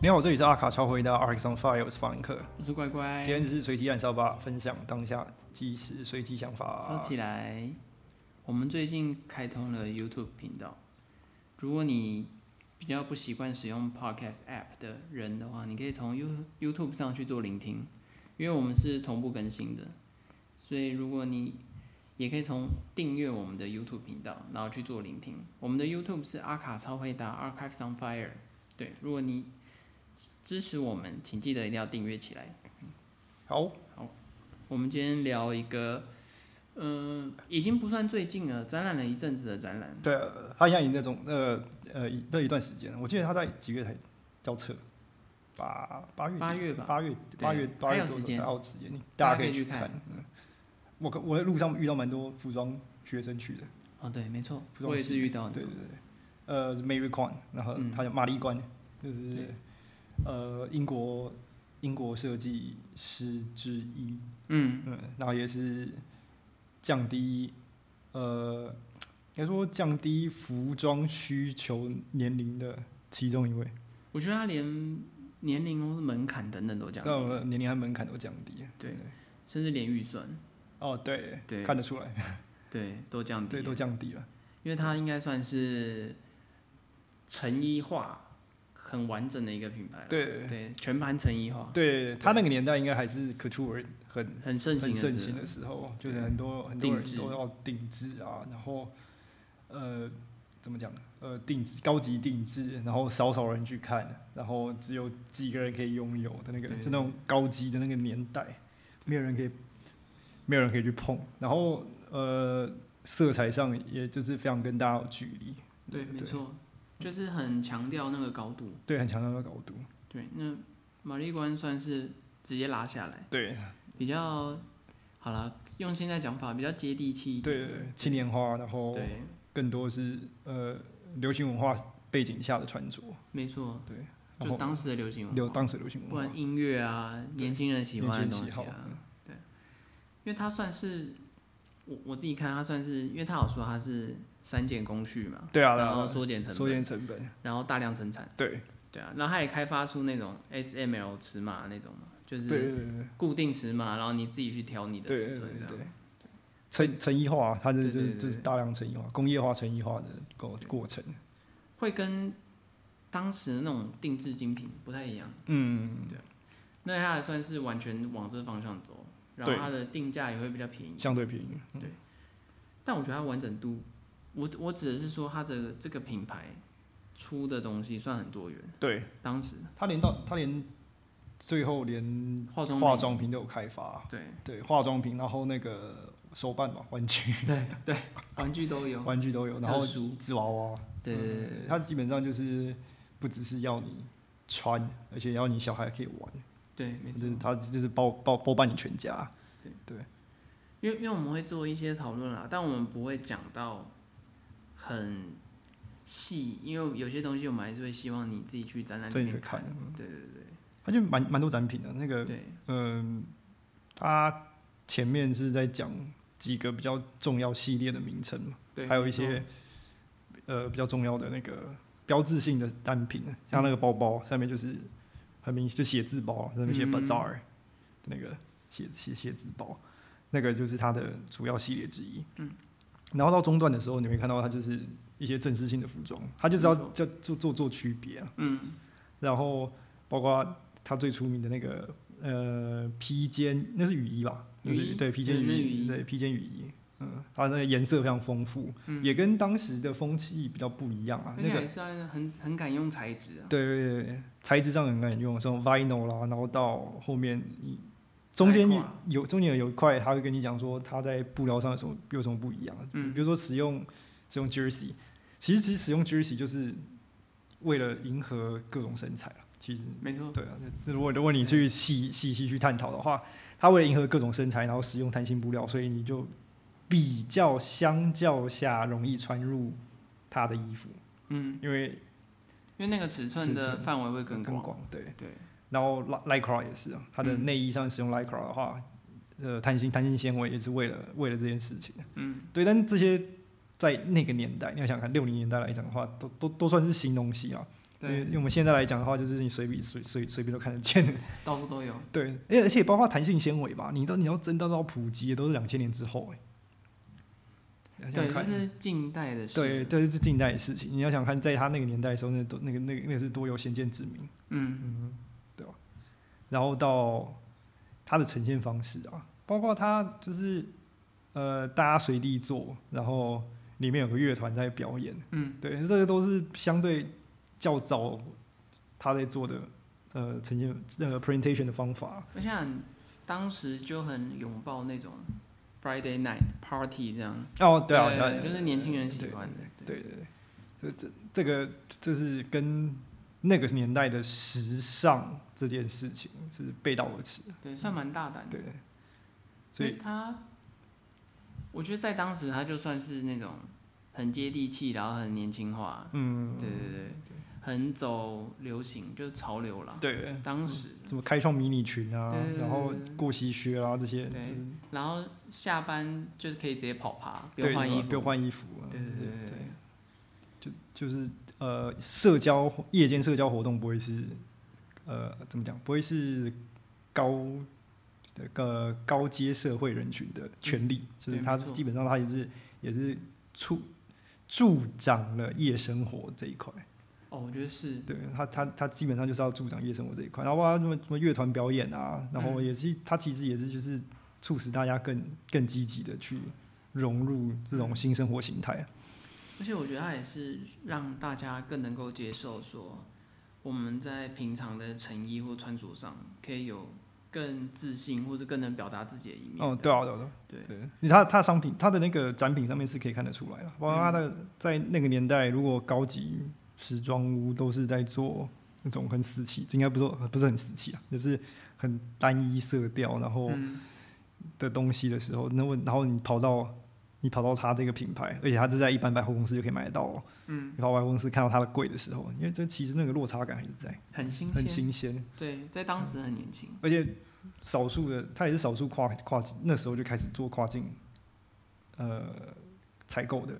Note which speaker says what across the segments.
Speaker 1: 你好，这里是阿卡超回答 Arcs on Fire，我是法兰克。
Speaker 2: 我是乖乖
Speaker 1: 今，天是随机暗杀吧，分享当下即时随机想
Speaker 2: 烧
Speaker 1: 法。
Speaker 2: 起来。我们最近开通了 YouTube 频道，如果你比较不习惯使用 Podcast App 的人的话，你可以从 You YouTube 上去做聆听，因为我们是同步更新的，所以如果你也可以从订阅我们的 YouTube 频道，然后去做聆听。我们的 YouTube 是阿卡超会答 Archives on Fire。对，如果你支持我们，请记得一定要订阅起来。
Speaker 1: 好，
Speaker 2: 我们今天聊一个，嗯、已经不算最近了，展览了一阵子的展览，
Speaker 1: 对，他现在已经那种呃呃一那一段时间了，我记得他在几月才交车？八八月底
Speaker 2: 八月吧
Speaker 1: 八月
Speaker 2: 对
Speaker 1: 八月八
Speaker 2: 还
Speaker 1: 月
Speaker 2: 有
Speaker 1: 多
Speaker 2: 时
Speaker 1: 少
Speaker 2: 间
Speaker 1: 才有时间，
Speaker 2: 大
Speaker 1: 大家
Speaker 2: 家可
Speaker 1: 可
Speaker 2: 以
Speaker 1: 以去
Speaker 2: 去看
Speaker 1: 看。嗯我跟我在路上遇到蛮多服装学生去的，
Speaker 2: 哦，对，没错，
Speaker 1: 服装
Speaker 2: 我也是
Speaker 1: 系
Speaker 2: 遇到的
Speaker 1: 对对，对，呃，Mary Quan，然后
Speaker 2: 嗯
Speaker 1: 他叫玛丽关，就是
Speaker 2: 对
Speaker 1: 呃英国英国设计师之一，
Speaker 2: 嗯，
Speaker 1: 嗯，然后也是降低呃，应该说降低服装需求年龄的其中一位，
Speaker 2: 我觉得他连年龄或是门槛等等都讲
Speaker 1: 那，我们年龄和门槛都降低了。
Speaker 2: 对，甚至连预算，
Speaker 1: 哦，对，
Speaker 2: 对
Speaker 1: 看得出来，
Speaker 2: 对，都降低
Speaker 1: 对，
Speaker 2: 了，
Speaker 1: 都降低了。
Speaker 2: 因为它应该算是成衣化很完整的一个品牌了，
Speaker 1: 对，
Speaker 2: 对，全盘成衣化，
Speaker 1: 对他那个年代应该还是可出尔很
Speaker 2: 很盛
Speaker 1: 很
Speaker 2: 行的时候，
Speaker 1: 盛行的时候，就是
Speaker 2: 对
Speaker 1: 很多很多人
Speaker 2: 定制
Speaker 1: 都要定制啊，然后呃怎么讲？呃，定制高级定制，然后少少人去看，然后只有几个人可以拥有的那个，
Speaker 2: 对
Speaker 1: 就那种高级的那个年代，没有人可以，没有人可以去碰。然后呃，色彩上也就是非常跟大家有距离，
Speaker 2: 对，没错，就是很强调那个高度，
Speaker 1: 对，很强调那个高度，
Speaker 2: 对，那玛丽关算是直接拉下来。
Speaker 1: 对
Speaker 2: 比较好了，用现在讲法比较接地气一点。
Speaker 1: 对，青年花，然后
Speaker 2: 对，
Speaker 1: 更多是呃流行文化背景下的穿着，
Speaker 2: 没错，
Speaker 1: 然
Speaker 2: 就
Speaker 1: 后
Speaker 2: 当时的流行文
Speaker 1: 哦流
Speaker 2: 化，
Speaker 1: 当时流行文
Speaker 2: 不
Speaker 1: 化。
Speaker 2: 然音乐啊，年轻人喜欢
Speaker 1: 年轻
Speaker 2: 的东
Speaker 1: 人喜
Speaker 2: 西
Speaker 1: 好
Speaker 2: 啊，对，因为它算是我我自己看它算是，因为它有说它是删减工序嘛，
Speaker 1: 对啊，对
Speaker 2: 然后
Speaker 1: 啊，
Speaker 2: 缩减成
Speaker 1: 缩
Speaker 2: 本，
Speaker 1: 减成本，
Speaker 2: 然后大量生产，
Speaker 1: 对，
Speaker 2: 对啊，然后它也开发出那种 SML 尺码那种嘛，就
Speaker 1: 对对
Speaker 2: 是
Speaker 1: 对对
Speaker 2: 固定尺码，然后你自己去挑你的
Speaker 1: 对
Speaker 2: 尺
Speaker 1: 对
Speaker 2: 寸这
Speaker 1: 对
Speaker 2: 样。
Speaker 1: 对。成成衣化，它这
Speaker 2: 对对
Speaker 1: 就是
Speaker 2: 对
Speaker 1: 就是
Speaker 2: 对
Speaker 1: 大量成衣化、工业化、成衣化的过过程。
Speaker 2: 会跟当时那种定制精品不太一样。
Speaker 1: 嗯，
Speaker 2: 那它还算是完全往这方向走，然后
Speaker 1: 对
Speaker 2: 它的定价也会比较便宜。
Speaker 1: 相对便宜。
Speaker 2: 但我觉得它完整度，我我指的是说它的这个品牌出的东西算很多元。
Speaker 1: 对，
Speaker 2: 当时
Speaker 1: 它连到它连最后连
Speaker 2: 化妆品
Speaker 1: 化妆品都有开发，
Speaker 2: 对
Speaker 1: 对化妆品，然后那个手办嘛，玩具，
Speaker 2: 对对，玩具都有，
Speaker 1: 玩具都有，然
Speaker 2: 还有
Speaker 1: 后
Speaker 2: 书，
Speaker 1: 纸娃娃，
Speaker 2: 对对对
Speaker 1: 嗯它基本上就是不只是要你穿，而且要你小孩可以玩，
Speaker 2: 对，没错
Speaker 1: 就。是它就是包包包办你全家。
Speaker 2: 因为因为我们会做一些讨论啦，但我们不会讲到很细，因为有些东西我们还是会希望你自己去展览
Speaker 1: 自
Speaker 2: 里
Speaker 1: 己去
Speaker 2: 面
Speaker 1: 看
Speaker 2: 看。嗯对对
Speaker 1: 它就蛮蛮多展品的。那个
Speaker 2: 对，对，
Speaker 1: 嗯，它前面是在讲几个比较重要系列的名称嘛，
Speaker 2: 对，
Speaker 1: 还有
Speaker 2: 没
Speaker 1: 一
Speaker 2: 错
Speaker 1: 些呃比较重要的那个标志性的单品，像那个包包上面就是很明就写字包，上面写
Speaker 2: 嗯
Speaker 1: Bazaar 的那个写写写字包，那个就是它的主要系列之一。嗯，然后到中段的时候，你会看到它就是一些正式性的服装，它就是要
Speaker 2: 没错
Speaker 1: 叫做做做区别啊。
Speaker 2: 嗯，
Speaker 1: 然后包括他最出名的那个呃披肩，那是雨衣吧？
Speaker 2: 雨衣
Speaker 1: 那是对披肩
Speaker 2: 对
Speaker 1: 雨
Speaker 2: 那雨
Speaker 1: 衣，
Speaker 2: 衣
Speaker 1: 对披肩雨衣，嗯，它那个颜色非常丰富，
Speaker 2: 嗯
Speaker 1: 也跟当时的风气比较不一样啊。
Speaker 2: 而
Speaker 1: 那个
Speaker 2: 且还是要很很敢用材质啊。
Speaker 1: 对对对，材质上很敢用，这种 vinyl 啊啦，然后到后面你中间
Speaker 2: 带挂
Speaker 1: 有中间有一块，他会跟你讲说他在布料上有什么有什么不一样，
Speaker 2: 嗯
Speaker 1: 比如说使用使用 jersey，其实其实使用 jersey 就是为了迎合各种身材了，其实。
Speaker 2: 没错，
Speaker 1: 对啊，那如果如果你去细细细去探讨的话，它为了迎合各种身材，然后使用弹性布料，所以你就比较相较下容易穿入它的衣服，
Speaker 2: 嗯，
Speaker 1: 因为
Speaker 2: 因为那个尺寸的范围会更
Speaker 1: 更
Speaker 2: 广。
Speaker 1: 广。对，
Speaker 2: 对，
Speaker 1: 然后 li- lycra 也是啊，它的
Speaker 2: 嗯
Speaker 1: 内衣上使用 lycra 的话，呃，弹性弹性纤维也是为了为了这件事情。
Speaker 2: 嗯，
Speaker 1: 对，但这些在那个年代，你要想看六零年代来讲的话，都都都算是新东西啊。因为
Speaker 2: 对，
Speaker 1: 因为我们现在来讲的话，就是你随笔随随随便都看得见。
Speaker 2: 到处都有。
Speaker 1: 对，而而且包括弹性纤维吧，你到你要真到到普及，也都是两千年之后哎、欸。
Speaker 2: 对，
Speaker 1: 看
Speaker 2: 这是近代的事。
Speaker 1: 对，，这是近代的事情。你要想看，在他那个年代的时候，那多那个那个那个是多有先见之明，
Speaker 2: 嗯，
Speaker 1: 然后到他的呈现方式啊，包括他就是呃，大家随地做，然后里面有个乐团在表演，
Speaker 2: 嗯，
Speaker 1: 对，这个都是相对较早他在做的呃呈现那个 presentation 的方法。
Speaker 2: 我想当时就很拥抱那种 Friday night party 这样。
Speaker 1: 哦，对啊，对啊
Speaker 2: 对，就是年轻人喜欢的。
Speaker 1: 对对对，这这这个这是跟那个年代的时尚这件事情是背道而驰的，
Speaker 2: 对，算蛮大胆的。
Speaker 1: 对，所以
Speaker 2: 他，我觉得在当时他就算是那种很接地气，然后很年轻化，
Speaker 1: 嗯，
Speaker 2: 对对对，很走流行，就是潮流啦。
Speaker 1: 对，
Speaker 2: 当时，
Speaker 1: 什么开创迷你裙啊
Speaker 2: 对对，对
Speaker 1: 然后
Speaker 2: 对对对
Speaker 1: 过膝靴啊这些，
Speaker 2: 对
Speaker 1: 就是
Speaker 2: 然后下班就是可以直接跑趴，不
Speaker 1: 对
Speaker 2: 用换衣服，
Speaker 1: 不用换衣服啊，
Speaker 2: 对对对对对，
Speaker 1: 就就是呃，社交夜间社交活动不会是呃怎么讲，不会是高这个高阶社会人群的权利，就是
Speaker 2: 嗯对
Speaker 1: 他
Speaker 2: 没错
Speaker 1: 基本上他也是也是促助长了夜生活这一块，
Speaker 2: 哦，我觉得是，
Speaker 1: 对他他他基本上就是要助长夜生活这一块，然后包括什么什么乐团表演啊，然
Speaker 2: 嗯
Speaker 1: 后也是、他其实也是就是促使大家更更积极的去融入这
Speaker 2: 嗯
Speaker 1: 种新生活形态啊。
Speaker 2: 而且我觉得他也是让大家更能够接受说，我们在平常的成衣或穿着上可以有更自信，或者更能表达自己的一面。
Speaker 1: 哦，对啊，对啊，
Speaker 2: 对
Speaker 1: 对你他他商品他的那个展品上面是可以看得出来
Speaker 2: 嗯
Speaker 1: 的，包括他的、在那个年代，如果高级时装屋都是在做那种很死气，应该不是说不是很死气啊，就是很单一色调，然后
Speaker 2: 嗯，
Speaker 1: 的东西的时候，那问然后你跑到你跑到他这个品牌，而且他是在一般百货公司就可以买得到、哦，
Speaker 2: 嗯，
Speaker 1: 你跑百货公司看到他的柜的时候，因为这其实那个落差感还是在，
Speaker 2: 很新
Speaker 1: 很
Speaker 2: 鲜，
Speaker 1: 新鲜，
Speaker 2: 对，在当时很年轻。
Speaker 1: 而且少数的，他也是少数跨跨境，那时候就开始做跨境，呃，采购的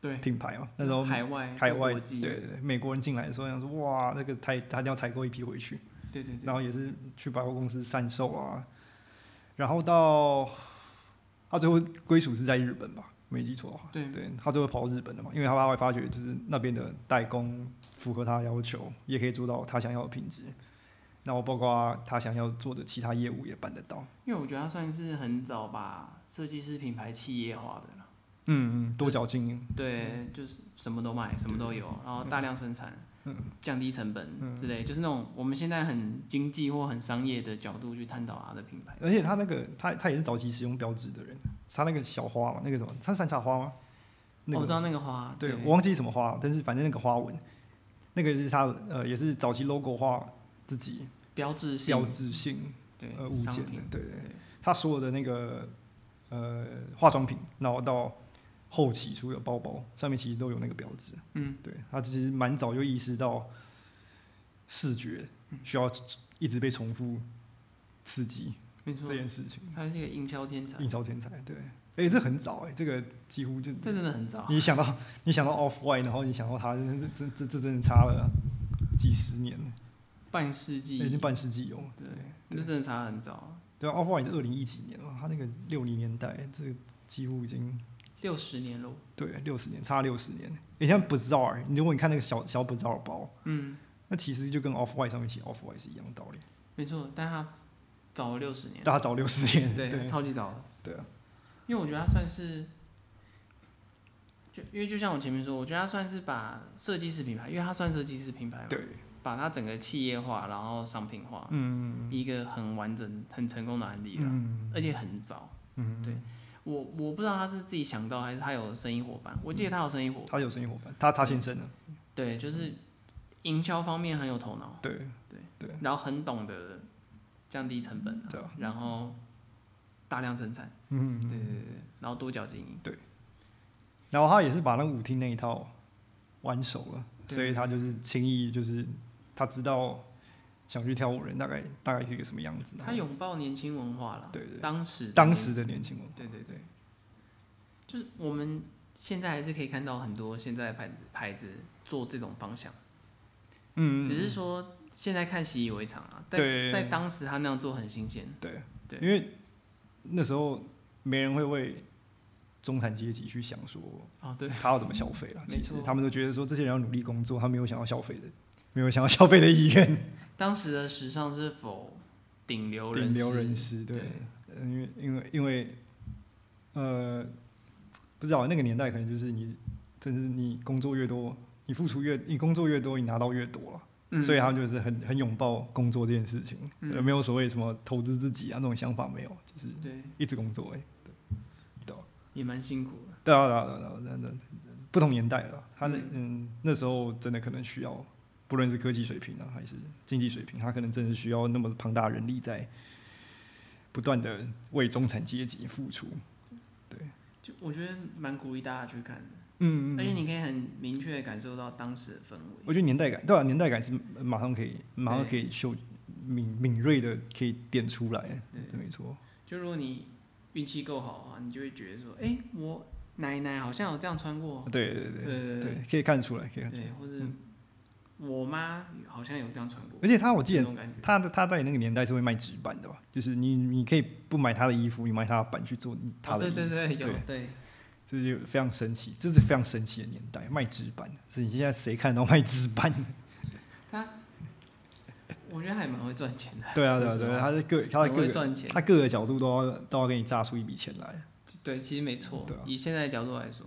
Speaker 2: 对，嗯
Speaker 1: 品牌嘛。那时候
Speaker 2: 海外
Speaker 1: 海
Speaker 2: 做
Speaker 1: 外
Speaker 2: 国
Speaker 1: 对
Speaker 2: 际，
Speaker 1: 对对，美国人进来的时候，想说哇，那个他他一定要采购一批回去，
Speaker 2: 对对对
Speaker 1: 然后也是去百货公司贩售啊，然后到他最后归属是在日本吧，没记错的话，
Speaker 2: 对
Speaker 1: 对，他最后跑到日本的嘛，因为他会发觉就是那边的代工符合他的要求，也可以做到他想要的品质，然后包括他想要做的其他业务也办得到，
Speaker 2: 因为我觉得他算是很早把设计师品牌企业化的了。
Speaker 1: 嗯嗯，多角经营，
Speaker 2: 对，就是什么都卖，什么都有，然后大量生产，
Speaker 1: 嗯
Speaker 2: 降低成本之类，就是那种我们现在很经济或很商业的角度去探讨它的品牌。
Speaker 1: 而且他那个他他也是早期使用标志的人，他那个小花嘛，那个什么，他山茶花吗？那
Speaker 2: 哦
Speaker 1: 个
Speaker 2: 我知道那个花，
Speaker 1: 对我忘记什么花，但是反正那个花纹，那个就是他呃也是早期 logo 画自己
Speaker 2: 标志性
Speaker 1: 标志性
Speaker 2: 对
Speaker 1: 呃物
Speaker 2: 商
Speaker 1: 件的
Speaker 2: 品，，
Speaker 1: 对对
Speaker 2: 对
Speaker 1: 他所有的那个呃化妆品，然后到后期出的包包上面其实都有那个标志，
Speaker 2: 嗯，
Speaker 1: 对他其实蛮早就意识到视觉
Speaker 2: 嗯
Speaker 1: 需要一直被重复刺激
Speaker 2: 没错
Speaker 1: 这，件事情，
Speaker 2: 它是一个营销天才，
Speaker 1: 营销天才对，哎、这很早哎、这个几乎就
Speaker 2: 这真的很早。啊
Speaker 1: 你想到你想到 Off White，然后你想到他，这这这这真的差了几十年，
Speaker 2: 半世纪，
Speaker 1: 已经半世纪有了。
Speaker 2: 对，这真的差很早，
Speaker 1: 对啊，Off White 是二零一几年了，他那个六零年代，这个几乎已经
Speaker 2: 六十年喽。
Speaker 1: 对六十年，差六十年。你像 Bazaar，你如果你看那个小小 Bazaar 包，
Speaker 2: 嗯，
Speaker 1: 那其实就跟 Off White 上面写 Off White 是一样的道理，
Speaker 2: 没错，但它早了六十年，
Speaker 1: 大家早六十年。
Speaker 2: 对，超级早了。
Speaker 1: 对啊，
Speaker 2: 因为我觉得他算是，就因为就像我前面说，我觉得他算是把设计师品牌，因为他算设计师品牌嘛，
Speaker 1: 对，
Speaker 2: 把它整个企业化，然后商品化，
Speaker 1: 嗯
Speaker 2: 一个很完整、很成功的案例了，
Speaker 1: 嗯
Speaker 2: 而且很早。
Speaker 1: 嗯，
Speaker 2: 对我我不知道他是自己想到还是他有生意伙伴，我记得他有生意伙伴，
Speaker 1: 他有生意伙伴，他他先生了，
Speaker 2: 对，就是营销方面很有头脑，
Speaker 1: 对
Speaker 2: 然后很懂得降低成本、啊，
Speaker 1: 对啊，
Speaker 2: 然后大量生产，
Speaker 1: 嗯，
Speaker 2: 对对对对，然后多角经营，
Speaker 1: 然后他也是把那个舞厅那一套玩熟了，
Speaker 2: 对
Speaker 1: 所以他就是轻易就是他知道想去跳舞人大概大概是一个什么样子。
Speaker 2: 他拥抱年轻文化了，
Speaker 1: 对对
Speaker 2: 当时的
Speaker 1: 当时的年轻人，
Speaker 2: 对对对，就是我们现在还是可以看到很多现在的牌子牌子做这种方向，
Speaker 1: 嗯，
Speaker 2: 只是说现在看习以为常啊，但
Speaker 1: 对
Speaker 2: 在当时他那样做很新鲜。
Speaker 1: 对
Speaker 2: 对
Speaker 1: 因为那时候没人会为中产阶级去想说
Speaker 2: 哦，对，
Speaker 1: 他要怎么消费了，
Speaker 2: 没
Speaker 1: 其实
Speaker 2: 错
Speaker 1: 他们都觉得说这些人要努力工作，他没有想要消费的，没有想要消费的意愿。
Speaker 2: 当时的时尚是否顶流人
Speaker 1: 顶流
Speaker 2: 士
Speaker 1: 人士，对
Speaker 2: 对，
Speaker 1: 呃因为因为因为呃，不知道那个年代可能就是你，真是你工作越多，你付出越，你工作越多，你拿到越多了，
Speaker 2: 嗯
Speaker 1: 所以他们就是很很拥抱工作这件事情，
Speaker 2: 嗯
Speaker 1: 呃没有所谓什么投资自己啊那种想法没有，就是
Speaker 2: 对
Speaker 1: 一直工作哎、
Speaker 2: 也蛮辛苦的。
Speaker 1: 对啊对啊对啊对啊，那、那、不同年代了，他那
Speaker 2: 嗯
Speaker 1: 嗯那时候真的可能需要。不论是科技水平啊，还是经济水平，他可能真的需要那么庞大的人力在不断的为中产阶级付出。
Speaker 2: 就我觉得蛮鼓励大家去看的，
Speaker 1: 嗯，
Speaker 2: 而且你可以很明确的感受到当时的氛围。
Speaker 1: 我觉得年代感，对啊，年代感是马上可以，马上
Speaker 2: 对
Speaker 1: 可以秀敏敏锐的可以点出来，
Speaker 2: 对
Speaker 1: 这没错。
Speaker 2: 就如果你运气够好的话，你就会觉得说，哎、我奶奶好像有这样穿过，
Speaker 1: 对对对
Speaker 2: 呃，
Speaker 1: 对，可以看得出来，可以看得出来。
Speaker 2: 对，或者
Speaker 1: 嗯
Speaker 2: 我妈好像有这样穿过，
Speaker 1: 而且他，我记
Speaker 2: 那
Speaker 1: 得
Speaker 2: 种感觉。
Speaker 1: 他的他在那个年代是会卖纸板的吧？就是你你可以不买他的衣服，你买他的板去做你他
Speaker 2: 哦，
Speaker 1: 的
Speaker 2: 对
Speaker 1: 衣服。
Speaker 2: 对对，有
Speaker 1: 对
Speaker 2: 对，
Speaker 1: 这就非常神奇，这是非常神奇的年代，卖纸板，是你现在谁看到卖纸板？
Speaker 2: 我觉得还蛮会赚钱的。
Speaker 1: 对啊，对啊，
Speaker 2: 说实
Speaker 1: 对啊，
Speaker 2: 话
Speaker 1: 他的各他的
Speaker 2: 很会
Speaker 1: 各个
Speaker 2: 赚钱，
Speaker 1: 他各个角度都要都要给你榨出一笔钱来。
Speaker 2: 对，其实没错
Speaker 1: 对啊。嗯
Speaker 2: 以现在的角度来说，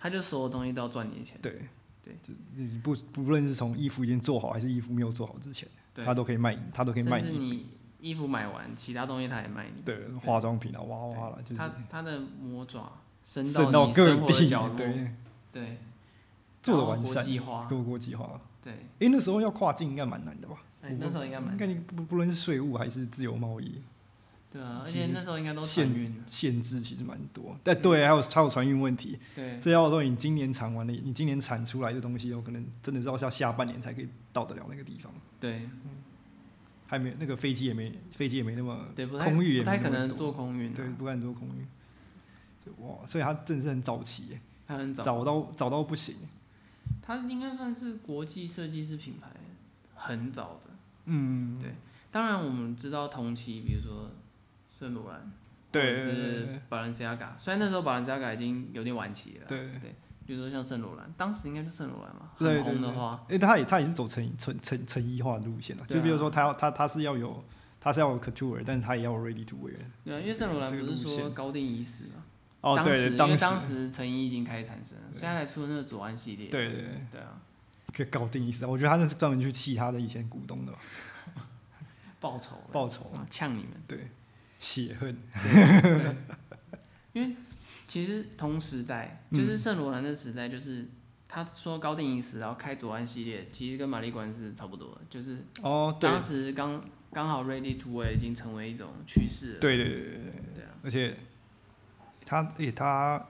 Speaker 2: 他就所有东西都要赚你的钱，
Speaker 1: 对
Speaker 2: 对，
Speaker 1: 这你不不论是从衣服已经做好还是衣服没有做好之前，
Speaker 2: 对
Speaker 1: 他，都可以卖，他都可以卖
Speaker 2: 甚至
Speaker 1: 你。
Speaker 2: 你衣服买完，其他东西他也卖你。
Speaker 1: 对，化妆品啊，哇哇哇了，就
Speaker 2: 他
Speaker 1: 是
Speaker 2: 他的魔爪伸
Speaker 1: 渗
Speaker 2: 到
Speaker 1: 到
Speaker 2: 你
Speaker 1: 各
Speaker 2: 生活的
Speaker 1: 地
Speaker 2: 角，落，
Speaker 1: 对，
Speaker 2: 对，
Speaker 1: 做的
Speaker 2: 然后
Speaker 1: 完
Speaker 2: 国
Speaker 1: 善，
Speaker 2: 际化，
Speaker 1: 各国际化。
Speaker 2: 对，
Speaker 1: 诶，那时候要跨境应该蛮难的吧？
Speaker 2: 哎，那时候应该蛮
Speaker 1: 应该你不不论是税务还是自由贸易，
Speaker 2: 对啊，而
Speaker 1: 其
Speaker 2: 且
Speaker 1: 实
Speaker 2: 那时候应该都
Speaker 1: 现
Speaker 2: 船运了，
Speaker 1: 限制其实蛮多。
Speaker 2: 嗯
Speaker 1: 但对，还有还有船运问题，
Speaker 2: 对，
Speaker 1: 这要说你今年产完了，你今年产出来的东西，有可能真的是要下下半年才可以到得了那个地方，
Speaker 2: 对
Speaker 1: 还没那个飞机也没飞机也没那么
Speaker 2: 对，不太
Speaker 1: 空域也
Speaker 2: 不太
Speaker 1: 没那
Speaker 2: 可
Speaker 1: 么
Speaker 2: 能
Speaker 1: 多
Speaker 2: 做空运
Speaker 1: 对，
Speaker 2: 啊，
Speaker 1: 不敢做空运。就哇，所以他真的是很早期耶，
Speaker 2: 他很早，
Speaker 1: 早到早到不行。
Speaker 2: 他应该算是国际设计师品牌很早的。
Speaker 1: 嗯，
Speaker 2: 当然，我们知道同期，比如说圣罗兰，或者是
Speaker 1: 对
Speaker 2: Balenciaga，虽然那时候 Balenciaga 已经有点晚期了，，
Speaker 1: 对，
Speaker 2: 比如说像圣罗兰，当时应该是圣罗兰嘛，
Speaker 1: 对
Speaker 2: 很红
Speaker 1: 对
Speaker 2: 的
Speaker 1: 对
Speaker 2: 话，
Speaker 1: 哎，他也他也是走成成成成衣化的路线啊，
Speaker 2: 对啊
Speaker 1: 就比如说他要他他是要有他是要有 couture，但是他也要有 ready to wear。
Speaker 2: 对啊，因为圣罗兰
Speaker 1: 这
Speaker 2: 不
Speaker 1: 个
Speaker 2: 是
Speaker 1: 路
Speaker 2: 说
Speaker 1: 线
Speaker 2: 高定已死嘛，
Speaker 1: 哦，
Speaker 2: 当
Speaker 1: 对
Speaker 2: 时
Speaker 1: 对，
Speaker 2: 因为
Speaker 1: 当
Speaker 2: 当
Speaker 1: 时
Speaker 2: 时成衣已经开始产生了，所以他才出了那个左岸系列，
Speaker 1: 对对对
Speaker 2: 对啊，
Speaker 1: 可以搞定意思啊。我觉得他那是专门去气他的以前股东的吧
Speaker 2: 报仇，
Speaker 1: 报仇，
Speaker 2: 啊呛你们。
Speaker 1: 对，血恨。
Speaker 2: 其实同时代，
Speaker 1: 嗯
Speaker 2: 就是圣罗兰的时代，就是他说高定已死，然后开左岸系列，其实跟玛丽关是差不多的，就是
Speaker 1: 哦，对
Speaker 2: 当时刚刚好 ready to wear 已经成为一种趋势了。
Speaker 1: 对对对对对，
Speaker 2: 对啊，
Speaker 1: 而且他而且他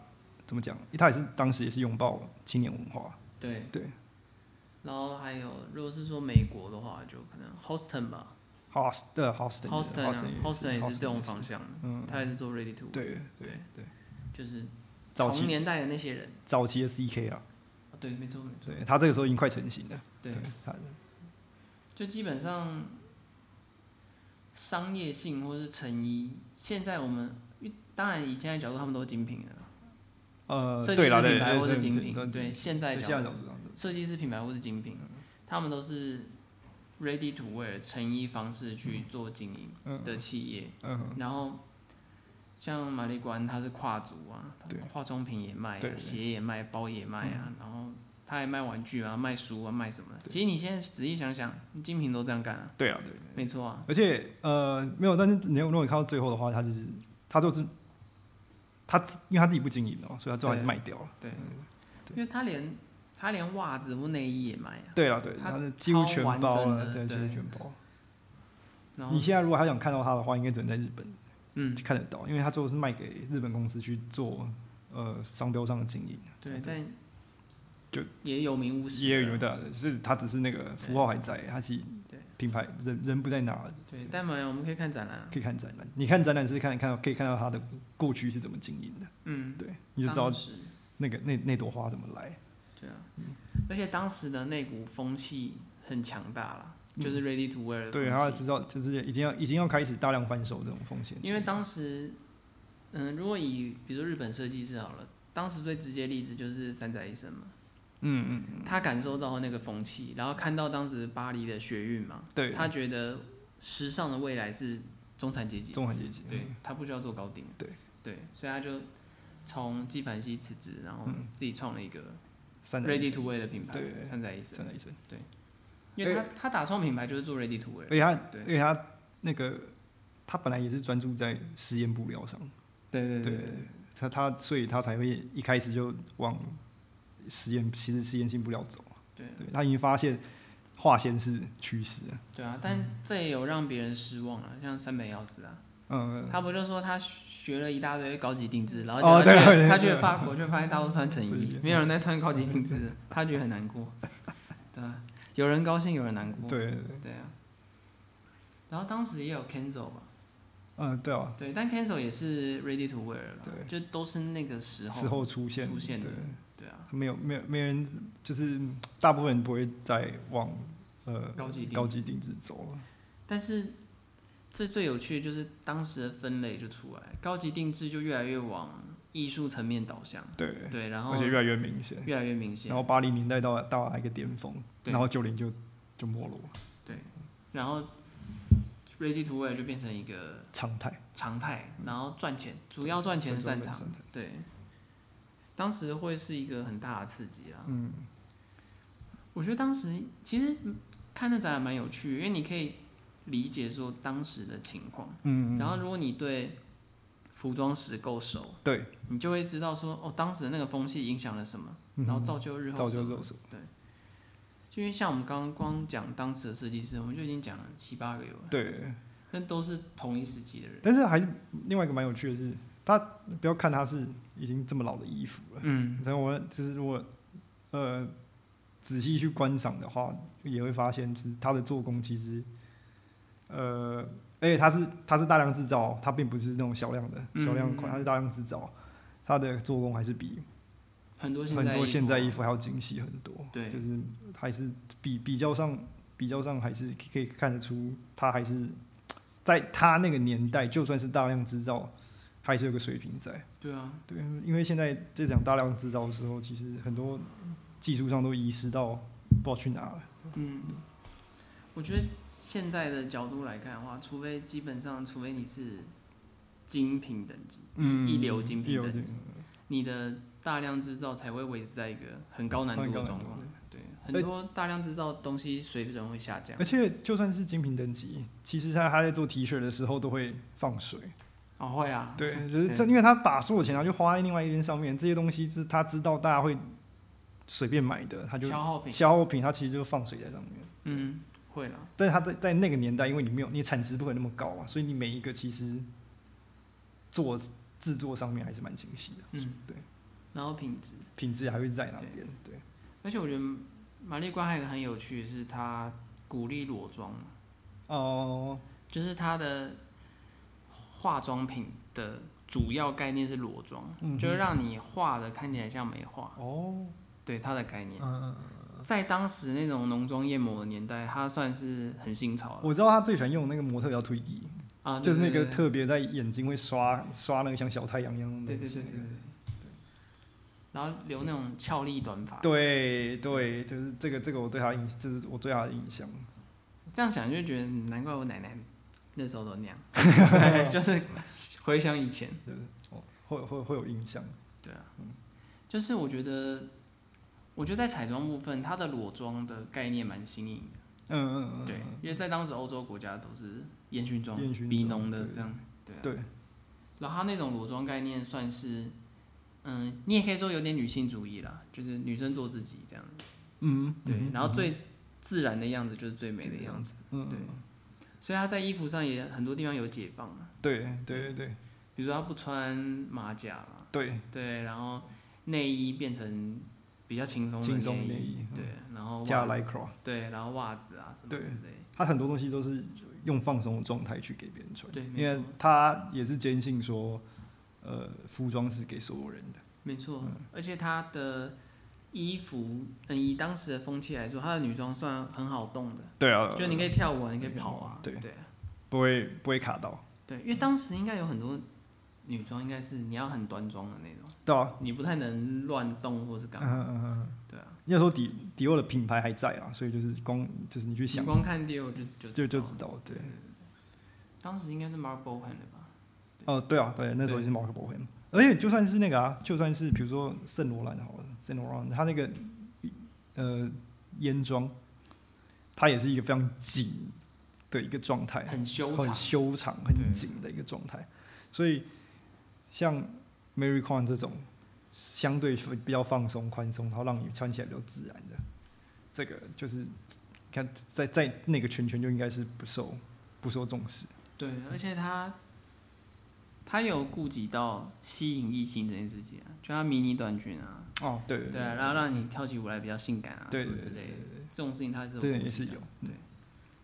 Speaker 1: 怎么讲？他也是当时也是拥抱青年文化，
Speaker 2: 对
Speaker 1: 对。
Speaker 2: 然后还有，如果是说美国的话，就可能 Houston 吧
Speaker 1: Host 对 Houston
Speaker 2: ，Houston 啊，Houston 也是这种方
Speaker 1: 式，
Speaker 2: 向的，
Speaker 1: 嗯，
Speaker 2: 他也是做 ready to wear，
Speaker 1: 对对对，
Speaker 2: 就是
Speaker 1: 早
Speaker 2: 同
Speaker 1: 期
Speaker 2: 年代的那些人。
Speaker 1: 早期的 CK 啊，
Speaker 2: 啊对，没错没错，
Speaker 1: 对他这个时候已经快成型了，
Speaker 2: 对，
Speaker 1: 他
Speaker 2: 就基本上商业性或是成衣，现在我们因为当然以现在角度，他们都是精品的啦，
Speaker 1: 呃
Speaker 2: 设计
Speaker 1: 对
Speaker 2: 师
Speaker 1: 啦
Speaker 2: 品
Speaker 1: 对
Speaker 2: 牌
Speaker 1: 对
Speaker 2: 或是
Speaker 1: 对
Speaker 2: 精
Speaker 1: 对
Speaker 2: 品，对，现在
Speaker 1: 对，
Speaker 2: 角
Speaker 1: 下
Speaker 2: 度
Speaker 1: 角度
Speaker 2: 设计师品牌或是精品，他们都是 ready to wear 成衣方式去做经营的企业，
Speaker 1: 嗯，
Speaker 2: 然后。像玛丽关，它是跨足啊，它
Speaker 1: 对
Speaker 2: 化妆品也卖、
Speaker 1: 对嗯
Speaker 2: 啊，
Speaker 1: 对
Speaker 2: 鞋也卖，包也卖啊，然后它还卖玩具啊，卖书啊，卖什么的。其实你现在仔细想想，精品都这样干啊，
Speaker 1: 对啊对，
Speaker 2: 没错啊。
Speaker 1: 而且呃没有，但是你如果看到最后的话，他就是他就是他因为他自己不经营了嘛，哦所以他最后还是
Speaker 2: 对
Speaker 1: 卖掉了。
Speaker 2: 对，因为他连他连袜子或内衣也卖啊，
Speaker 1: 对了，对，
Speaker 2: 它
Speaker 1: 它是几乎
Speaker 2: 超
Speaker 1: 全
Speaker 2: 完
Speaker 1: 包
Speaker 2: 整
Speaker 1: 了，
Speaker 2: 的
Speaker 1: 对，几
Speaker 2: 对
Speaker 1: 乎全包。
Speaker 2: 然后
Speaker 1: 你现在如果还想看到它的话，应该只能在日本
Speaker 2: 嗯，
Speaker 1: 看得到，因为它最后是卖给日本公司去做呃商标上的经营，，E
Speaker 2: 对，但
Speaker 1: 就
Speaker 2: 也有名无实啊，
Speaker 1: 也有的，就是它只是那个符号还在，它其实
Speaker 2: 对
Speaker 1: 品牌人人不在哪儿，
Speaker 2: 对，但没有，我们可以看展览啊，
Speaker 1: 可以看展览。你看展览是看看到可以看到它的过去是怎么经营的，
Speaker 2: 嗯，
Speaker 1: 对，你就知道
Speaker 2: 当时
Speaker 1: 那个那那朵花怎么来。
Speaker 2: 对啊，而且当时的那股风气很强大啦，就是 ready to wear
Speaker 1: 嗯
Speaker 2: 的
Speaker 1: 对，
Speaker 2: 风
Speaker 1: 他
Speaker 2: 气
Speaker 1: 知道就是已经要已经要开始大量贩售这种风险，
Speaker 2: 因为当时，嗯、如果以比如说日本设计师好了，当时最直接例子就是三宅一生嘛，
Speaker 1: 嗯嗯，
Speaker 2: 他感受到那个风气，然后看到当时巴黎的学运嘛，
Speaker 1: 对，
Speaker 2: 他觉得时尚的未来是中产阶级，
Speaker 1: 中产阶级，
Speaker 2: 对他不需要做高定，
Speaker 1: 对
Speaker 2: 对，所以他就从纪梵希辞职，然后
Speaker 1: 嗯
Speaker 2: 自己创了一个
Speaker 1: 三宅一生
Speaker 2: ready to wear 的品牌
Speaker 1: 对，
Speaker 2: 三宅一生
Speaker 1: 三，宅一生，
Speaker 2: 因为他他打算品牌就是做 ready to
Speaker 1: 而
Speaker 2: wear，
Speaker 1: 且他
Speaker 2: 对
Speaker 1: 而且他那个他本来也是专注在实验布料上，
Speaker 2: 对对
Speaker 1: 对
Speaker 2: 对，
Speaker 1: 他他所以他才会一开始就往实验其实实验性布料走，啊
Speaker 2: 对
Speaker 1: 对他已经发现化纤是趋势了，
Speaker 2: 对啊，但这也有让别人失望啊，像三本耀司啊。
Speaker 1: 嗯，
Speaker 2: 他不就说他学了一大堆高级定制，然后
Speaker 1: 哦
Speaker 2: 结果他去
Speaker 1: 对对
Speaker 2: 他
Speaker 1: 对
Speaker 2: 去法国却发现大家都穿成
Speaker 1: 对
Speaker 2: 衣
Speaker 1: 对，
Speaker 2: 没有人在穿高级定制，他觉得很难过。对啊，有人高兴，有人难过。
Speaker 1: 对，
Speaker 2: 对啊。然后当时也有 Kenzo 吧，
Speaker 1: 嗯，对啊，
Speaker 2: 对，但 Kenzo 也是 ready to wear 了啦，
Speaker 1: 对
Speaker 2: 就都是那个时候。
Speaker 1: 时候出现
Speaker 2: 出现的
Speaker 1: 对。
Speaker 2: 对啊，
Speaker 1: 没有没有没人，就是大部分人不会再往呃
Speaker 2: 高级定制
Speaker 1: 高级定制走了。
Speaker 2: 但是这最有趣的就是当时的分类就出来，高级定制就越来越往艺术层面导向，
Speaker 1: 对，
Speaker 2: 对，然后
Speaker 1: 而且越来越明显。
Speaker 2: 越来越明显
Speaker 1: 然。后八零年代到到达一个巅峰，
Speaker 2: 对
Speaker 1: 然后九零就就没落，
Speaker 2: 对，然后 ready to wear 就变成一个
Speaker 1: 常态。
Speaker 2: 常态，然后赚钱，主要赚钱的战场
Speaker 1: 主要赚钱。
Speaker 2: 对，当时会是一个很大的刺激啦。
Speaker 1: 嗯，
Speaker 2: 我觉得当时其实看那展览蛮有趣，因为你可以理解说当时的情况。
Speaker 1: 嗯，
Speaker 2: 然后如果你对服装史够熟，
Speaker 1: 对，
Speaker 2: 你就会知道说哦，当时的那个风气影响了什么，然后造就日后
Speaker 1: 嗯造
Speaker 2: 什
Speaker 1: 就
Speaker 2: 么。
Speaker 1: 肉手。
Speaker 2: 就因为像我们刚刚光讲当时的设计师，我们就已经讲了七八个有了，
Speaker 1: 对，
Speaker 2: 那都是同一时期的人。
Speaker 1: 但是还是另外一个蛮有趣的是，他不要看他是已经这么老的衣服了，
Speaker 2: 嗯，
Speaker 1: 但我就是如果呃仔细去观赏的话，也会发现，就是它的做工其实呃，而且它是它是大量制造，它并不是那种小量的
Speaker 2: 嗯
Speaker 1: 小量款，它是大量制造，它的做工还是比
Speaker 2: 很多现在
Speaker 1: 很多现在
Speaker 2: 衣
Speaker 1: 衣
Speaker 2: 服啊
Speaker 1: 服还要精细很多，
Speaker 2: 对
Speaker 1: 就是还是比比较上比较上还是可以看得出，它还是在它那个年代，就算是大量制造，还是有个水平在。
Speaker 2: 对啊，
Speaker 1: 对，因为现在这种大量制造的时候，其实很多技术上都遗失到不知道去哪了。
Speaker 2: 嗯，我觉得现在的角度来看的话，除非基本上，除非你是精品等级，一流精
Speaker 1: 一
Speaker 2: 品
Speaker 1: 流
Speaker 2: 等
Speaker 1: 精
Speaker 2: 级
Speaker 1: 品，
Speaker 2: 你的大量制造才会维持在一个很高难度
Speaker 1: 很高
Speaker 2: 的
Speaker 1: 难
Speaker 2: 状
Speaker 1: 度
Speaker 2: 况。对，很多大量制造东西水准会下降
Speaker 1: 而。且就算是精品等级，其实他他在做 T 恤的时候都会放水。
Speaker 2: 哦，会啊，
Speaker 1: 对，就是
Speaker 2: 对
Speaker 1: 他，因为他把所有钱然后就花在另外一边上面，这些东西是他知道大家会随便买的，他就
Speaker 2: 消耗品，
Speaker 1: 消耗品，他其实就放水在上面。
Speaker 2: 嗯，会啦。
Speaker 1: 但是他在在那个年代，因为你没有你产值不可能那么高啊，所以你每一个其实做制作上面还是蛮清晰的，
Speaker 2: 嗯，
Speaker 1: 对，
Speaker 2: 然后品质，
Speaker 1: 品质还会在那边。对，
Speaker 2: 而且我觉得玛丽关还有一个很有趣，是它鼓励裸妆嘛。
Speaker 1: 哦，
Speaker 2: 就是它的化妆品的主要概念是裸妆，
Speaker 1: 嗯
Speaker 2: 就是让你画的看起来像没画。
Speaker 1: 哦，
Speaker 2: 对它的概念，
Speaker 1: 嗯，
Speaker 2: 在当时那种浓妆艳抹的年代，它算是很新潮了
Speaker 1: 我知道他最喜欢用那个模特叫推机，
Speaker 2: 啊，
Speaker 1: 就是那
Speaker 2: 对
Speaker 1: 个，特别在眼睛会刷刷那个像小太阳一样的
Speaker 2: 对
Speaker 1: 东
Speaker 2: 对对
Speaker 1: 西
Speaker 2: 对对对对。然后留那种俏丽短发，
Speaker 1: 对对，就是这个这个我对他印，就是我对他的印象。
Speaker 2: 这样想就觉得嗯难怪我奶奶那时候都那样， 对，就是回想以前。
Speaker 1: 会会会有印象，
Speaker 2: 对啊，就是我觉得，我觉得在彩妆部分，它的裸妆的概念蛮新颖的，
Speaker 1: 嗯嗯嗯，
Speaker 2: 对，因为在当时欧洲国家都是烟熏妆
Speaker 1: 烟、熏
Speaker 2: 鼻
Speaker 1: 妆
Speaker 2: 浓的
Speaker 1: 对
Speaker 2: 这样，对啊。
Speaker 1: 对，
Speaker 2: 然后它那种裸妆概念算是，嗯，你也可以说有点女性主义啦，就是女生做自己这样，
Speaker 1: 嗯，
Speaker 2: 对，
Speaker 1: 嗯
Speaker 2: 然后最自然的样子就是最美的样子，
Speaker 1: 嗯
Speaker 2: 对所以她在衣服上也很多地方有解放嘛，
Speaker 1: 对对对对
Speaker 2: 比如说她不穿马甲嘛，
Speaker 1: 对，
Speaker 2: 对，然后内衣变成比较轻松的
Speaker 1: 轻松
Speaker 2: 内
Speaker 1: 内衣嗯
Speaker 2: 对，然后
Speaker 1: 加
Speaker 2: 袜
Speaker 1: lycra，
Speaker 2: 对，然后袜子啊什么
Speaker 1: 对
Speaker 2: 之类，
Speaker 1: 他很多东西都是用放松的状态去给别人穿，
Speaker 2: 对没
Speaker 1: 因为
Speaker 2: 错
Speaker 1: 他也是坚信说，呃，服装是给所有人的，
Speaker 2: 没错，而且它的衣服，嗯，以当时的风气来说，她的女装算很好动的，
Speaker 1: 对啊，
Speaker 2: 就你可以跳舞啊，你可以跑啊，
Speaker 1: 对
Speaker 2: 对啊
Speaker 1: 不会不会卡到，
Speaker 2: 对，因为当时应该有很多女装，应该是你要很端庄的那种，
Speaker 1: 对啊，
Speaker 2: 你不太能乱动或是干
Speaker 1: 嗯
Speaker 2: 嘛，
Speaker 1: 嗯嗯嗯，
Speaker 2: 对啊。
Speaker 1: 那时候迪迪奥的品牌还在啊，所以就是光就是你去
Speaker 2: 你
Speaker 1: 想
Speaker 2: 光看 d i o 就就
Speaker 1: 就就
Speaker 2: 道
Speaker 1: 知道，对，
Speaker 2: 当时应该是 Mark Bohan 的吧？
Speaker 1: 哦对啊，对，那时候也是马可波恩，而且就算是那个啊，就算是比如说圣罗兰好了，圣罗兰他那个呃烟妆，它也是一个非常紧的一个状态，
Speaker 2: 很修
Speaker 1: 哎很
Speaker 2: 长，
Speaker 1: 修长、很紧的一个状态。所以像 Mary Kwan 这种相对比较放松、宽松，然后让你穿起来比较自然的，这个就是看在在那个圈圈就应该是不受不受重视。
Speaker 2: 对，而且他他有顾及到吸引异性这件事情啊，就他迷你短裙啊，
Speaker 1: 哦，对
Speaker 2: 对啊，然后让你跳起舞来比较性感啊，
Speaker 1: 对
Speaker 2: 什么
Speaker 1: 对
Speaker 2: 之
Speaker 1: 对
Speaker 2: 类的，这种事啊情他是有
Speaker 1: 对
Speaker 2: 顾
Speaker 1: 也
Speaker 2: 及
Speaker 1: 是
Speaker 2: 的
Speaker 1: 有，
Speaker 2: 对，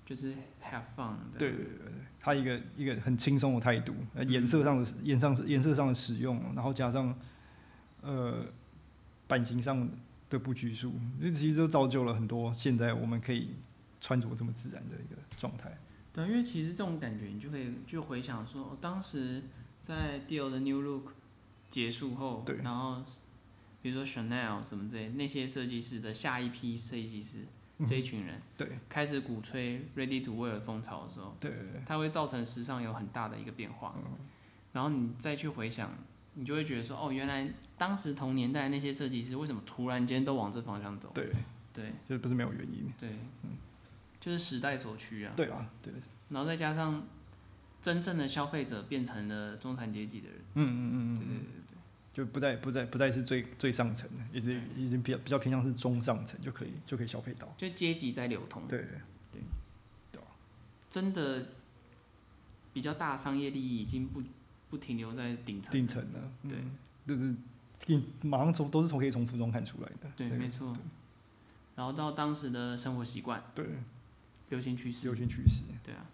Speaker 2: 就是 have fun 的，
Speaker 1: 对对对对对，它一个一个很轻松的态度，
Speaker 2: 嗯
Speaker 1: 呃，颜色上的颜上颜色上的使用，然后加上呃版型上的不拘束，这其实都造就了很多现在我们可以穿着这么自然的一个状态。
Speaker 2: 对，因为其实这种感觉，你就可以就回想说，哦、当时在 Dior 的 New Look 结束后，
Speaker 1: 对
Speaker 2: 然后比如说 Chanel 什么之类，那些设计师的下一批设计师、这一群人
Speaker 1: 嗯对
Speaker 2: 开始鼓吹 Ready to Wear 的风潮的时候，
Speaker 1: 对对对
Speaker 2: 它会造成时尚有很大的一个变化。
Speaker 1: 嗯
Speaker 2: 然后你再去回想，你就会觉得说，哦，原来当时同年代那些设计师为什么突然间都往这方向走？
Speaker 1: 对， 嗯
Speaker 2: 对
Speaker 1: 就是不是没有原因。
Speaker 2: 对，就是时代所趋啊。
Speaker 1: 对啊，对，
Speaker 2: 然后再加上真正的消费者变成了中产阶级的人，
Speaker 1: 嗯嗯嗯
Speaker 2: 对对
Speaker 1: 嗯，
Speaker 2: 对对，
Speaker 1: 就不再不再不再是最最上层的，也是已经比较比较偏向是中上层就可以就可以消费到。
Speaker 2: 就阶级在流通，
Speaker 1: 对，
Speaker 2: 真的比较大的商业利益已经不不停留在顶层，
Speaker 1: 定层了，嗯
Speaker 2: 对，
Speaker 1: 就是你马上从都是从可以从服装看出来的。
Speaker 2: 对，没错。然后到当时的生活习惯、
Speaker 1: 对，
Speaker 2: 流行趋
Speaker 1: 优
Speaker 2: 势，
Speaker 1: 先趋势。
Speaker 2: 对啊，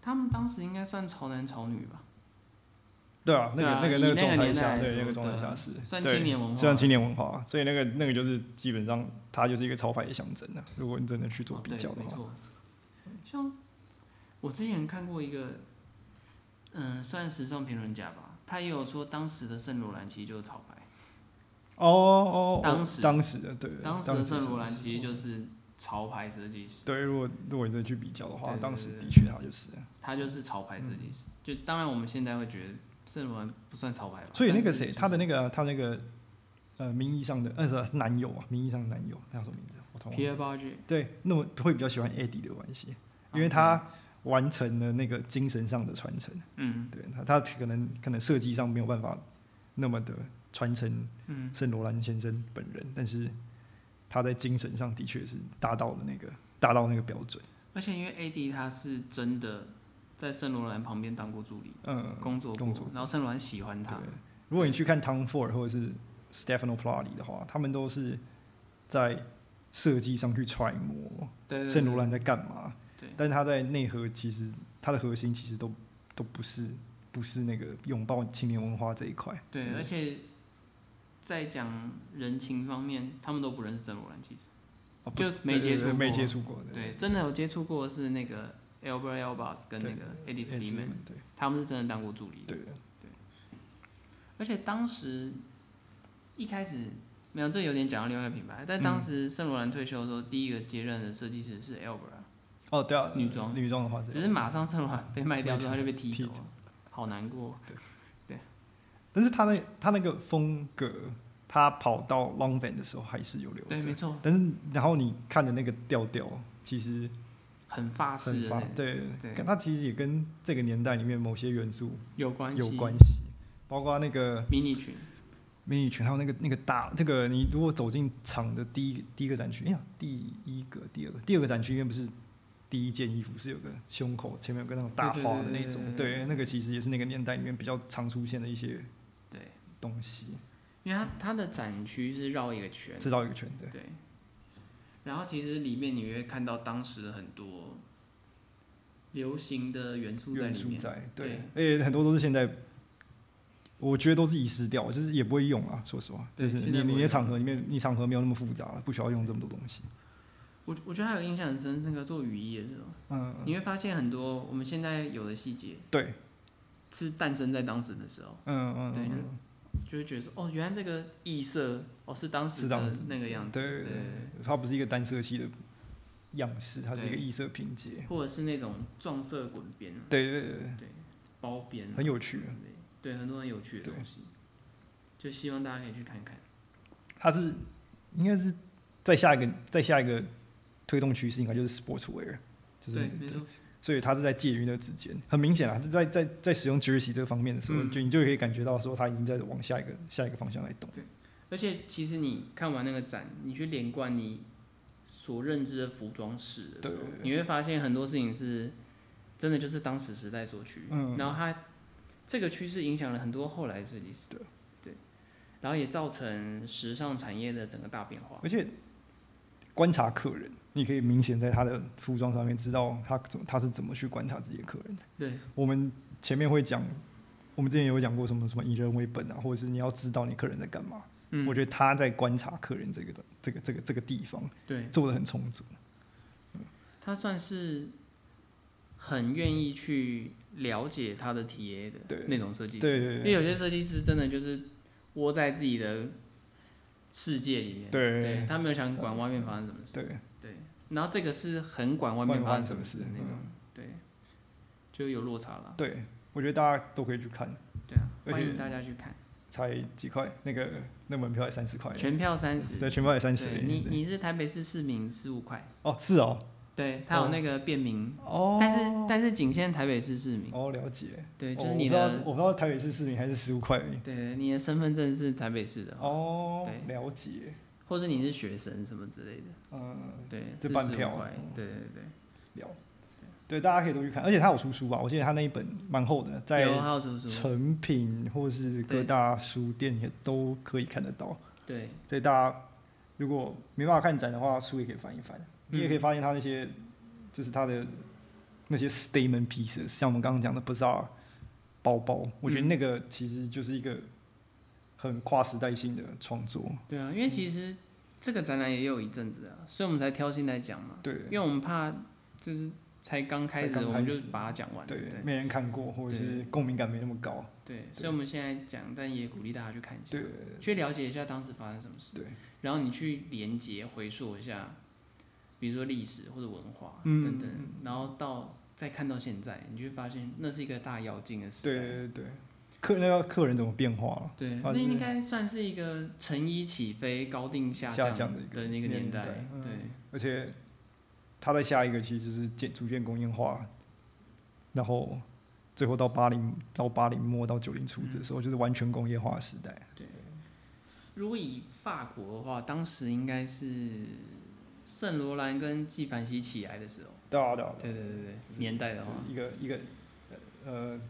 Speaker 2: 他们当时应该算潮男潮女吧，
Speaker 1: 对啊，那
Speaker 2: 对
Speaker 1: 个、个
Speaker 2: 啊以
Speaker 1: 那个
Speaker 2: 那个
Speaker 1: 状态
Speaker 2: 年代
Speaker 1: 下，
Speaker 2: 来
Speaker 1: 对
Speaker 2: 说
Speaker 1: 那个状态
Speaker 2: 对啊
Speaker 1: 下是
Speaker 2: 算
Speaker 1: 对
Speaker 2: 青年文化
Speaker 1: 算青年文化，所以那个那个就是基本上它就是一个潮牌的象征啊。如果你真的去做
Speaker 2: 哦
Speaker 1: 比
Speaker 2: 对
Speaker 1: 较的
Speaker 2: 没
Speaker 1: 话，
Speaker 2: 错。像我之前看过一个，嗯，算时尚评论家吧，他也有说当时的圣罗兰其实就是潮牌。
Speaker 1: 哦哦，哦
Speaker 2: 当时
Speaker 1: 当时的对，
Speaker 2: 当时
Speaker 1: 时
Speaker 2: 的
Speaker 1: 是
Speaker 2: 圣罗兰其实就是潮牌设计师，
Speaker 1: 对，如果如果你真的去比较的
Speaker 2: 对
Speaker 1: 话，
Speaker 2: 对
Speaker 1: 当时
Speaker 2: 对啊
Speaker 1: 的确它就是，啊
Speaker 2: 他就是潮牌设
Speaker 1: 嗯
Speaker 2: 计师。就当然我们现在会觉得圣罗兰不算潮牌吧，
Speaker 1: 所以那个
Speaker 2: 但是就
Speaker 1: 谁，
Speaker 2: 是
Speaker 1: 他的那个他那个呃名义上的呃是男友啊，名义上的男友，他叫什么名字啊？我突然忘记
Speaker 2: Pierre Barge，
Speaker 1: 对，那么会比较喜欢 Eddie 的关系，因
Speaker 2: 啊
Speaker 1: 为他完成了那个精神上的传承。
Speaker 2: 嗯
Speaker 1: 对他，他可能可能设计上没有办法那么的传承
Speaker 2: 嗯
Speaker 1: 圣罗兰先生本人，但是他在精神上的确是达到了那个达到那个标准。
Speaker 2: 而且因为 AD 他是真的在圣罗兰旁边当过助理，
Speaker 1: 嗯，
Speaker 2: 工作过
Speaker 1: 工作，
Speaker 2: 然后圣罗兰喜欢
Speaker 1: 对
Speaker 2: 他，。
Speaker 1: 如果你去看 Tom Ford 或者是 Stefano Plali 的话，他们都是在设计上去揣摩
Speaker 2: 对对对
Speaker 1: 圣罗兰在干嘛，
Speaker 2: 对
Speaker 1: 但是他在内核其实他的核心其实都都不是不是那个拥抱青年文化这一块。
Speaker 2: 对，而且在讲人情方面，他们都不认识圣罗兰，其实
Speaker 1: 哦不
Speaker 2: 就没
Speaker 1: 对对
Speaker 2: 接触
Speaker 1: 对
Speaker 2: 过，
Speaker 1: 没接触过，
Speaker 2: 对，真的有接触过的是那个 Albert Elbas 跟那个 Eddie s l e m a n
Speaker 1: 对
Speaker 2: 他们是真的当过助理的。
Speaker 1: 对
Speaker 2: 而且当时一开始没有，这有点讲到另外一个品牌，但当时圣罗兰退休的时候，第一个接任的设计师是 Elber，啊
Speaker 1: 哦对啊，
Speaker 2: 女装
Speaker 1: 女装的话是
Speaker 2: 只是马上圣罗兰被卖掉之后，他就被踢
Speaker 1: 踢
Speaker 2: 走了，好难过。
Speaker 1: 但是他那他那个风格，他跑到 Long Van 的时候还是有留
Speaker 2: 对，
Speaker 1: 着
Speaker 2: 没，错，
Speaker 1: 但是然后你看的那个调调，其实
Speaker 2: 很发
Speaker 1: 很
Speaker 2: 式的
Speaker 1: 发
Speaker 2: 那
Speaker 1: 对
Speaker 2: 对，
Speaker 1: 跟它其实也跟这个年代里面某些元素
Speaker 2: 有关系，
Speaker 1: 有关系，包括那个
Speaker 2: 迷你裙，
Speaker 1: 美女裙，还有那个那个大那个，你如果走进场的第一第一个展区，哎呀，第一个、第二个、第二个展区，因为不是第一件衣服是有个胸口前面有个那种大花的那种，
Speaker 2: 对对对对对
Speaker 1: 那个其实也是那个年代里面比较常出现的一些
Speaker 2: 对，
Speaker 1: 东西，
Speaker 2: 因为它它的展区是绕一个圈，
Speaker 1: 知道一个圈对，
Speaker 2: 对。然后其实里面你会看到当时的很多流行的元素在
Speaker 1: 元
Speaker 2: 里
Speaker 1: 素
Speaker 2: 面，
Speaker 1: 哎在对，而且很多都是现在我觉得都是遗失掉，就是也不会用啊。说实话，
Speaker 2: 对
Speaker 1: 就是
Speaker 2: 现在
Speaker 1: 你
Speaker 2: 不会
Speaker 1: 你的
Speaker 2: 用
Speaker 1: 场合里面，你场合没有那么复杂了，不需要用这么多东西。
Speaker 2: 我我觉得还有印象很深，那个做雨衣的时候，
Speaker 1: 嗯，
Speaker 2: 你会发现很多我们现在有的细节
Speaker 1: 对，
Speaker 2: 是诞生在当时的时候，
Speaker 1: 嗯嗯，
Speaker 2: 对
Speaker 1: 嗯
Speaker 2: 就是就会觉得说，哦，原来这个异色哦是当时
Speaker 1: 是当
Speaker 2: 的
Speaker 1: 时
Speaker 2: 那个
Speaker 1: 嗯
Speaker 2: 样子，
Speaker 1: 对对对，它不是一个单色系的样式，它是一个
Speaker 2: 对
Speaker 1: 异色拼接。
Speaker 2: 或者是那种撞色滚边、
Speaker 1: 对对对对，
Speaker 2: 包边、
Speaker 1: 很有趣
Speaker 2: 之。类的，对，很多很有趣的
Speaker 1: 对
Speaker 2: 东西，就希望大家可以去看看。
Speaker 1: 它是应该是在下一个在下一个推动趋势，应该就是 sportswear，就是
Speaker 2: 对，没错，
Speaker 1: 所以它是在介于那之间，很明显啊，就在在在使用 jersey 这个方面的时候，
Speaker 2: 嗯
Speaker 1: 就你就可以感觉到说它已经在往下一个下一个方向来动。
Speaker 2: 而且其实你看完那个展，你去连贯你所认知的服装史的时候
Speaker 1: 对对，对
Speaker 2: 你会发现很多事情是真的就是当时时代所趋，
Speaker 1: 嗯
Speaker 2: 然后它这个趋势影响了很多后来设计师，
Speaker 1: 对
Speaker 2: 对，然后也造成时尚产业的整个大变化，
Speaker 1: 而且观察客人，你可以明显在他的服装上面知道他怎么他是怎么去观察自己的客人的。
Speaker 2: 对
Speaker 1: 我们前面会讲，我们之前有讲过什么什么以人为本啊，或者是你要知道你客人在干嘛。
Speaker 2: 嗯
Speaker 1: 我觉得他在观察客人这个的这个这个这个地方
Speaker 2: 对，
Speaker 1: 做的很充足。
Speaker 2: 他算是很愿意去了解他的 TA 的
Speaker 1: 对
Speaker 2: 那种设计
Speaker 1: 对
Speaker 2: 师，
Speaker 1: 对对
Speaker 2: 因为有些设计师真的就是窝在自己的世界里面，
Speaker 1: 对
Speaker 2: 他没有想管外面发生什么事，
Speaker 1: 对
Speaker 2: 对。然后这个是很管外面发生什么事的
Speaker 1: 外面
Speaker 2: 那
Speaker 1: 发生
Speaker 2: 种
Speaker 1: 什么，
Speaker 2: 对，就有落差了，
Speaker 1: 嗯对，我觉得大家都可以去看，
Speaker 2: 对啊，
Speaker 1: 而且
Speaker 2: 欢迎大家去看，
Speaker 1: 才几块，那个那门票也三十块，
Speaker 2: 全票三十，
Speaker 1: 对，全票也三十
Speaker 2: 对。你你是台北市市民十五块，
Speaker 1: 哦，是哦，
Speaker 2: 对，它有那个便民，
Speaker 1: 哦，
Speaker 2: 但是但是仅限台北市市民，
Speaker 1: 哦了解，
Speaker 2: 对，
Speaker 1: 哦
Speaker 2: 就是你
Speaker 1: 我不知
Speaker 2: 的
Speaker 1: 道，我不知道台北市市民还是十五块而已。
Speaker 2: 对你的身份证是台北市的，
Speaker 1: 哦，
Speaker 2: 啊对
Speaker 1: 了解，
Speaker 2: 或者你是学生什么之类的，
Speaker 1: 嗯，
Speaker 2: 对，
Speaker 1: 就是半
Speaker 2: 十
Speaker 1: 票
Speaker 2: 五块，对对对。
Speaker 1: 了，对，大家可以多去看，而且他有出书吧？我记得他那一本蛮厚的，在
Speaker 2: 有还啊有图书，
Speaker 1: 成品或是各
Speaker 2: 对
Speaker 1: 大书店也都可以看得到。
Speaker 2: 对
Speaker 1: 所以大家如果没办法看展的话，书也可以翻一翻，你
Speaker 2: 嗯
Speaker 1: 也可以发现他那些就是他的那些 statement pieces，像我们刚刚讲的 bazaar 包包，我
Speaker 2: 嗯
Speaker 1: 觉得那个其实就是一个很跨时代性的创作。
Speaker 2: 对啊，因为其实这个展览也有一阵子啊，所以我们才挑新来讲嘛，
Speaker 1: 对
Speaker 2: 因为我们怕就是才刚开始
Speaker 1: 才刚
Speaker 2: 我们
Speaker 1: 开
Speaker 2: 就
Speaker 1: 始
Speaker 2: 把它讲完，
Speaker 1: 对
Speaker 2: 对，
Speaker 1: 没人看过，或者是共鸣感没那么高。
Speaker 2: 对所以我们现在讲，但也鼓励大家去看一下
Speaker 1: 对，
Speaker 2: 去了解一下当时发生什么事，
Speaker 1: 对，
Speaker 2: 然后你去连接回溯一下，比如说历史或者文化
Speaker 1: 嗯
Speaker 2: 等等，然后到再看到现在，你就会发现那是一个大跃进的时
Speaker 1: 对
Speaker 2: 代，
Speaker 1: 对对，客那个客人怎么变化了？
Speaker 2: 对，
Speaker 1: 啊
Speaker 2: 那
Speaker 1: 就是
Speaker 2: 应该算是一个成一起飞、高定下
Speaker 1: 下
Speaker 2: 降
Speaker 1: 降的一个
Speaker 2: 的那个
Speaker 1: 年
Speaker 2: 代
Speaker 1: 代。嗯
Speaker 2: 对，
Speaker 1: 而且他在下一个其实就是建逐渐工业化，然后最后到八零到八零末到九零初这时候、就是完全工业化的时代。
Speaker 2: 如果以法国的话，当时应该是圣罗兰跟纪梵希起来的时候。
Speaker 1: 对啊对啊，
Speaker 2: 对对对对，啊年代的话，
Speaker 1: 就是一个一个呃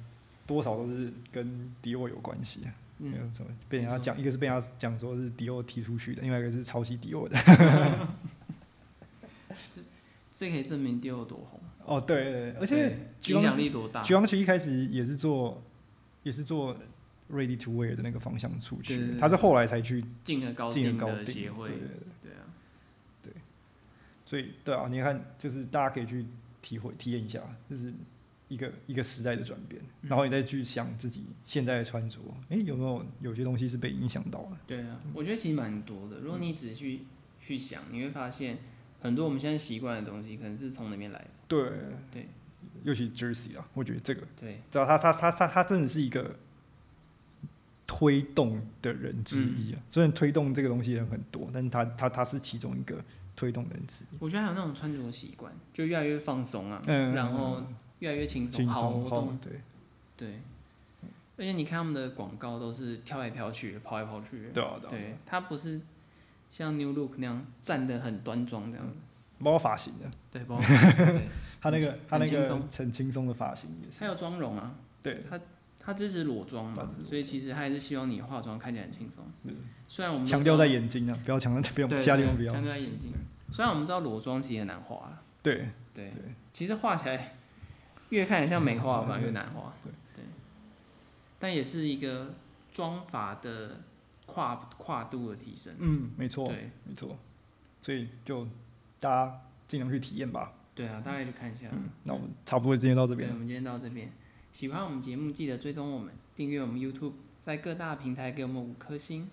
Speaker 1: 多少都是跟迪奥有关系。啊没
Speaker 2: 嗯，
Speaker 1: 有什么被人家讲，一个是被人家讲说是迪奥踢出去的，另外一个是抄袭迪奥的。
Speaker 2: 这可以证明迪奥多红，
Speaker 1: 哦，对对对，而且
Speaker 2: 对影响力多大。
Speaker 1: 橘黄区一开始也是做也是做 ready to wear 的那个方向出去，
Speaker 2: 对对对
Speaker 1: 他是后来才去
Speaker 2: 进了高
Speaker 1: 进
Speaker 2: 定
Speaker 1: 了高
Speaker 2: 的
Speaker 1: 定
Speaker 2: 协会
Speaker 1: 对，对对
Speaker 2: 对啊，
Speaker 1: 所以对啊，你看，就是大家可以去体会、体验一下，就是一个一个时代的转变，
Speaker 2: 嗯
Speaker 1: 然后你再去想自己现在的穿着，诶，有没有有些东西是被影响到了？
Speaker 2: 对啊，我觉得其实蛮多的。如果你仔细去想，你会发现很多我们现在习惯的东西，可能是从那边来的。
Speaker 1: 对
Speaker 2: 对，
Speaker 1: 尤其 jersey 啊，我觉得这个，
Speaker 2: 对，
Speaker 1: 知道他他他他他真的是一个推动的人之一
Speaker 2: 嗯
Speaker 1: 啊。虽然推动这个东西的人很多，但是他他他是其中一个推动的人之一。
Speaker 2: 我觉得还有那种穿着的习惯，就越来越放松啊，
Speaker 1: 嗯
Speaker 2: 然后越来越轻松，
Speaker 1: 轻
Speaker 2: 好
Speaker 1: 松哦
Speaker 2: 活动，
Speaker 1: 对
Speaker 2: 对。而且你看他们的广告都是跳来跳去，跑来跑去，
Speaker 1: 对啊对啊对
Speaker 2: 对
Speaker 1: 啊，，
Speaker 2: 它不是像 New Look 那样站得很端庄这样
Speaker 1: 嗯
Speaker 2: 子，
Speaker 1: 包括发型啊，
Speaker 2: 对，包括对
Speaker 1: 他那个他那
Speaker 2: 很轻
Speaker 1: 个
Speaker 2: 松
Speaker 1: 很轻松的发型也是
Speaker 2: 还，有妆容啊，
Speaker 1: 对
Speaker 2: 它支持裸妆嘛，所以其实它还是希望你化妆看起来很轻松
Speaker 1: 对。
Speaker 2: 虽然我们
Speaker 1: 嗯
Speaker 2: 都
Speaker 1: 强调在
Speaker 2: 知道
Speaker 1: 眼睛啊，不要强调，不要
Speaker 2: 对
Speaker 1: 其他地
Speaker 2: 对
Speaker 1: 方不要
Speaker 2: 强。调在眼睛，虽然我们知道裸妆其实很难画啊，
Speaker 1: 对
Speaker 2: 对
Speaker 1: 对，
Speaker 2: 其实画起来 越看起来像没画，
Speaker 1: 嗯
Speaker 2: 反而越难画。
Speaker 1: 对
Speaker 2: 对，但也是一个妆法的跨跨度的提升。
Speaker 1: 嗯，没错，
Speaker 2: 对
Speaker 1: 没错，所以就大家尽量去体验吧。
Speaker 2: 对啊，大概就看一下。
Speaker 1: 嗯，那我们差不多今天到这
Speaker 2: 对，
Speaker 1: 边
Speaker 2: 我
Speaker 1: 了，
Speaker 2: 们今天到这边。喜欢我们节目，记得追踪我们，订阅我们 YouTube，在各大平台给我们五颗星。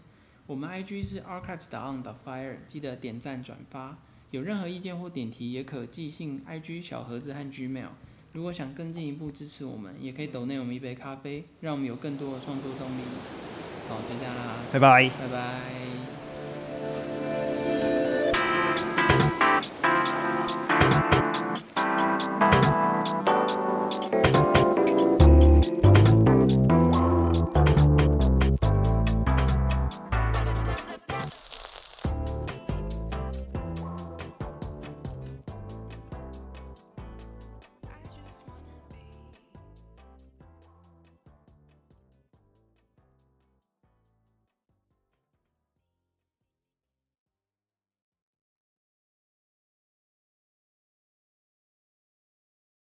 Speaker 2: 我们 IG 是 archives on the fire，记得点赞转发。有任何意见或点题，也可寄信 IG 小盒子和 Gmail。如果想更进一步支持我们，也可以抖内我们一杯咖啡，让我们有更多的创作动力。好，就这样啦，
Speaker 1: 拜拜。
Speaker 2: 拜拜。